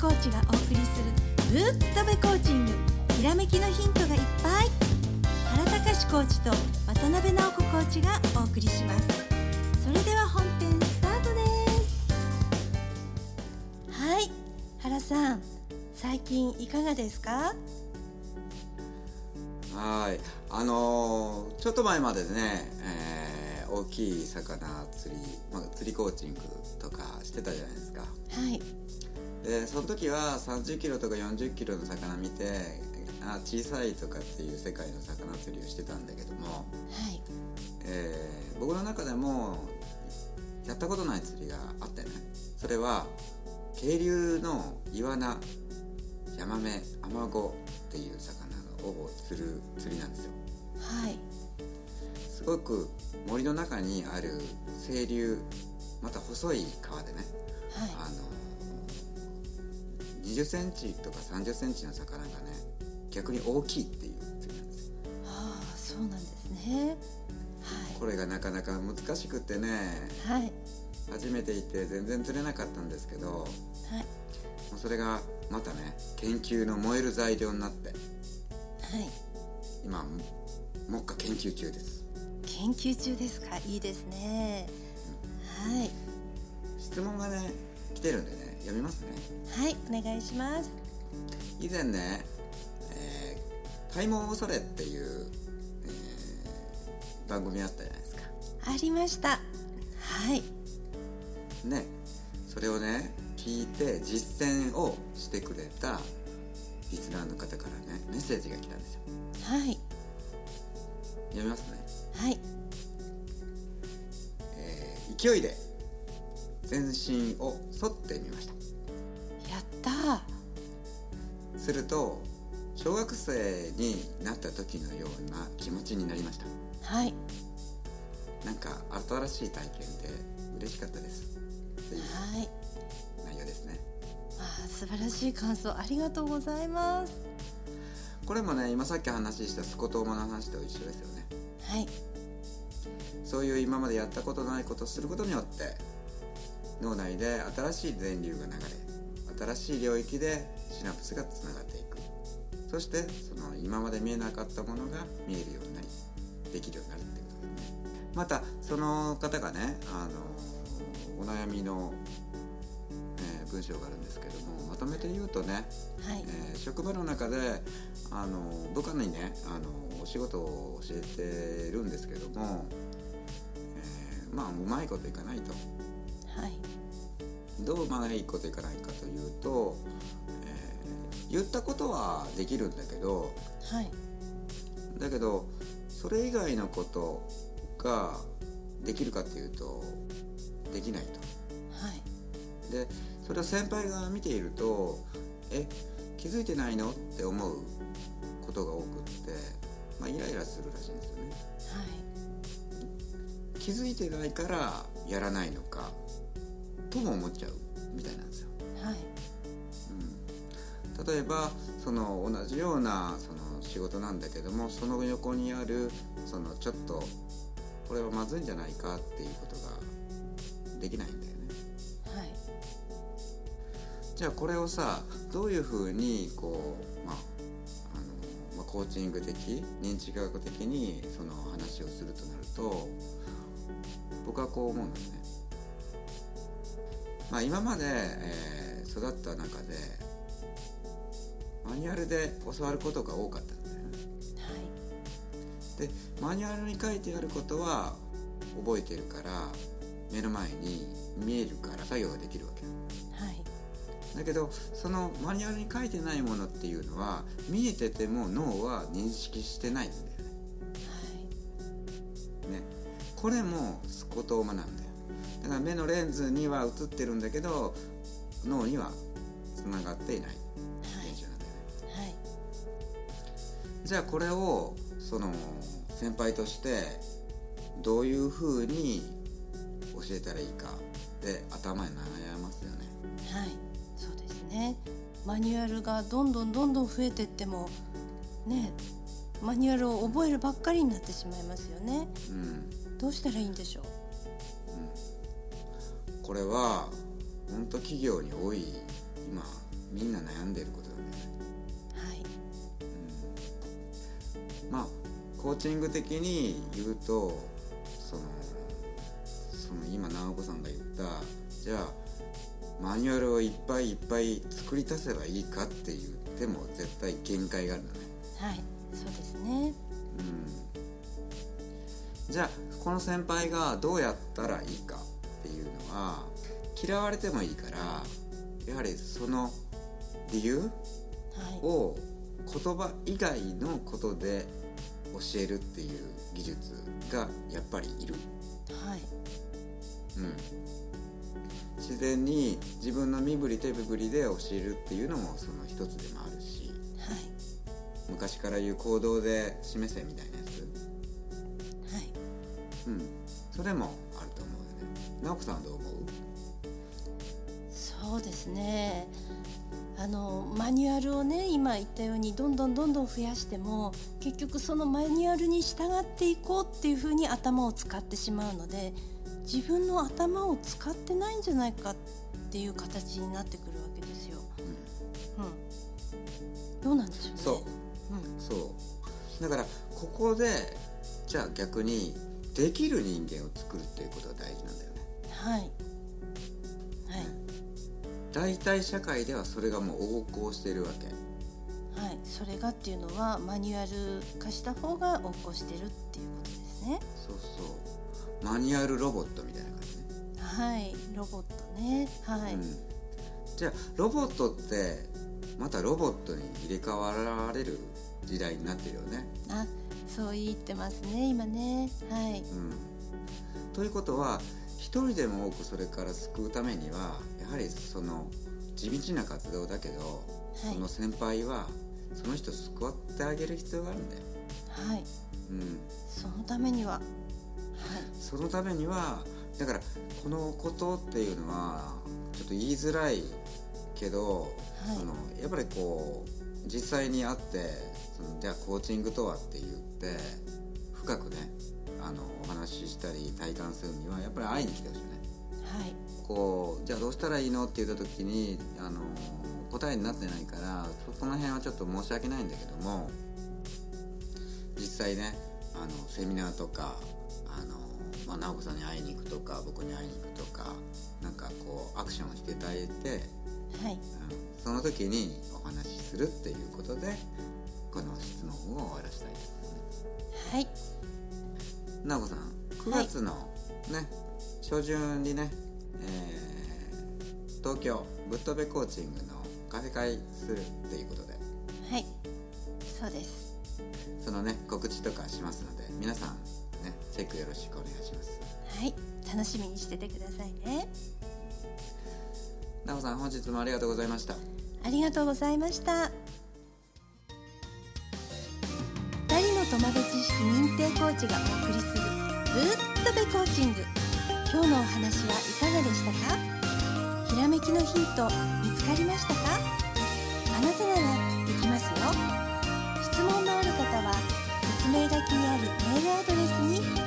コーチがお送りする「ぶっとべコーチング」ひらめきのヒントがいっぱい原敬コーチと渡辺直子コーチがお送りしますそれでは本編スタートですはい原さん最近いかがですかはい、あのーちょっと前までね、えー大きい魚釣り、まあ、釣りコーチングとかしてたじゃないですかはいでその時は3 0キロとか4 0キロの魚見てあ小さいとかっていう世界の魚釣りをしてたんだけども、はいえー僕の中でもやったことない釣りがあってねそれは渓流のイワナヤマメアマゴっていう魚を釣る釣りなんですよはいすごく森の中にある清流また細い川でね、はあの2 0センチとか3 0センチの魚がね逆に大きいっていう釣りなんですよいああそうなんですねこれがなかなか難しくってねはいはい初めて行って全然釣れなかったんですけどもはいうそれがまたね研究の燃える材料になってはい今も目下研究中です研究中ですかいいですねはい質問がね来てるんでね読みますねはいお願いします以前ね、えー、体毛を恐れっていう、えー番組あったじゃないですかありましたはいねそれをね聞いて実践をしてくれたリスナーの方からねメッセージが来たんですよはい読みますね、はいえー勢いで全身を反ってみましたやったーすると小学生になった時のような気持ちになりましたはいなんか新しい体験で嬉しかったですっていうはい内容ですねまあ素晴らしい感想ありがとうございますこれもね今さっき話したスコトーマの話と一緒ですよねはいそういう今までやったことないことをすることによって脳内で新しい電流が流れ新しい領域でシナプスがつながっていくそしてその今まで見えなかったものが見えるようになりできるようになるっていうことですねまたその方がねあのお悩みの、えー文章があるんですけどもまとめて言うとねはいえー職場の中であの部下にねあのお仕事を教えてるんですけども、えーまあうまいこといかないとはいどううまいこといかないかというと、えー言ったことはできるんだけどはいだけどそれ以外のことができるかっていうとできないと。はいでそれを先輩が見ていると「え気づいてないの?」って思うことが多くって、まあ、イライラするらしいんですよね。は気づいてないからやらないのかとも思っちゃうみたいなんですよ。いはいうん、例えばその同じようなその仕事なんだけどもその横にあるそのちょっとこれはまずいんじゃないかっていうことができないんだよね。はいじゃあこれをさどういうふうにこう、まああのまあ、コーチング的認知科学的にその話をするとなると僕はこう思うんですね。まあ、今まで、えー育った中でマニュアルで教わることが多かったんだよね。はいでマニュアルに書いてあることは覚えてるから目の前に見えるから作業ができるわけ。はいだけどそのマニュアルに書いてないものっていうのは見えてても脳は認識してないんだよね。ねこれもスコトーマなんだよ。だから目のレンズには映ってるんだけど脳にはつながっていない現象なんだよね。はいはいじゃあこれをその先輩としてどういうふうに教えたらいいかで頭に悩ますよね。はいそうですねマニュアルがどんどんどんどん増えてってもねマニュアルを覚えるばっかりになってしまいますよねうんどうしたらいいんでしょうこれは本当企業に多い今みんな悩んでいることなんだよねはいうんまあコーチング的に言うとそのその今直子さんが言ったじゃあマニュアルをいっぱいいっぱい作り出せばいいかって言っても絶対限界があるんだね。はいそうですねうん、じゃあこの先輩がどうやったらいいかっていうのは嫌われてもいいからやはりその理由はいを言葉以外のことで教えるっていう技術がやっぱりいる、はいうん、自然に自分の身振り手振りで教えるっていうのもその一つでもあるしはい昔から言う行動で示せみたいなやはいつ、うん、それもあると思うよね直子さんはどう思うそうですねあのマニュアルをね今言ったようにどんどんどんどん増やしても結局そのマニュアルに従っていこうっていう風に頭を使ってしまうので自分の頭を使ってないんじゃないかっていう形になってくるわけですよ。うん、どうなんでしょうね。、そうそうだからここでじゃあ逆にできる人間を作るっていうことが大事なんだよねん、はい、はい、大体社会ではそれがもう横行しているわけはい、それがっていうのはマニュアル化した方が横行してるっていうことですね。そうそうマニュアルロボットみたいな感じね、はい、ロボットね。はい。うん、じゃあロボットってまたロボットに入れ替わられる時代になってるよね、あ、そう言ってますね。今ね。はい。うん、ということは一人でも多くそれから救うためにはやはりその地道な活動だけど、はいその先輩はその人を救ってあげる必要があるんだよ、はい。うん、そのためには。はい。そのためにはだからこのことっていうのはちょっと言いづらいけど、はいそのやっぱりこう実際に会ってそのじゃあコーチングとはって言って深くねあのお話ししたり体感するにはやっぱり会いに来てほしいよね。はい。こうじゃあどうしたらいいのって言った時にあの答えになってないからそその辺はちょっと申し訳ないんだけども実際ねあのセミナーとかあの、まあ、直子さんに会いに行くとか僕に会いに行くとかなんかこうアクションをしていただいて、はい。うん、その時にお話しするっていうことでこの質問を終わらせたいと思います。はい。なおこさん9はい月のね、初旬にね、えー東京ぶっ飛べコーチングのカフェ会するっていうことではい。そうです。そのね告知とかしますので皆さんねチェックよろしくお願いしますはい。楽しみにしててくださいね。なおさん本日もありがとうございましたありがとうございました。二人の友達知識認定コーチがお送りするぶっとべコーチング今日のお話はいかがでしたかひらめきのヒント見つかりましたかあなたならできますよ質問のある方は説明書きにあるメールアドレスに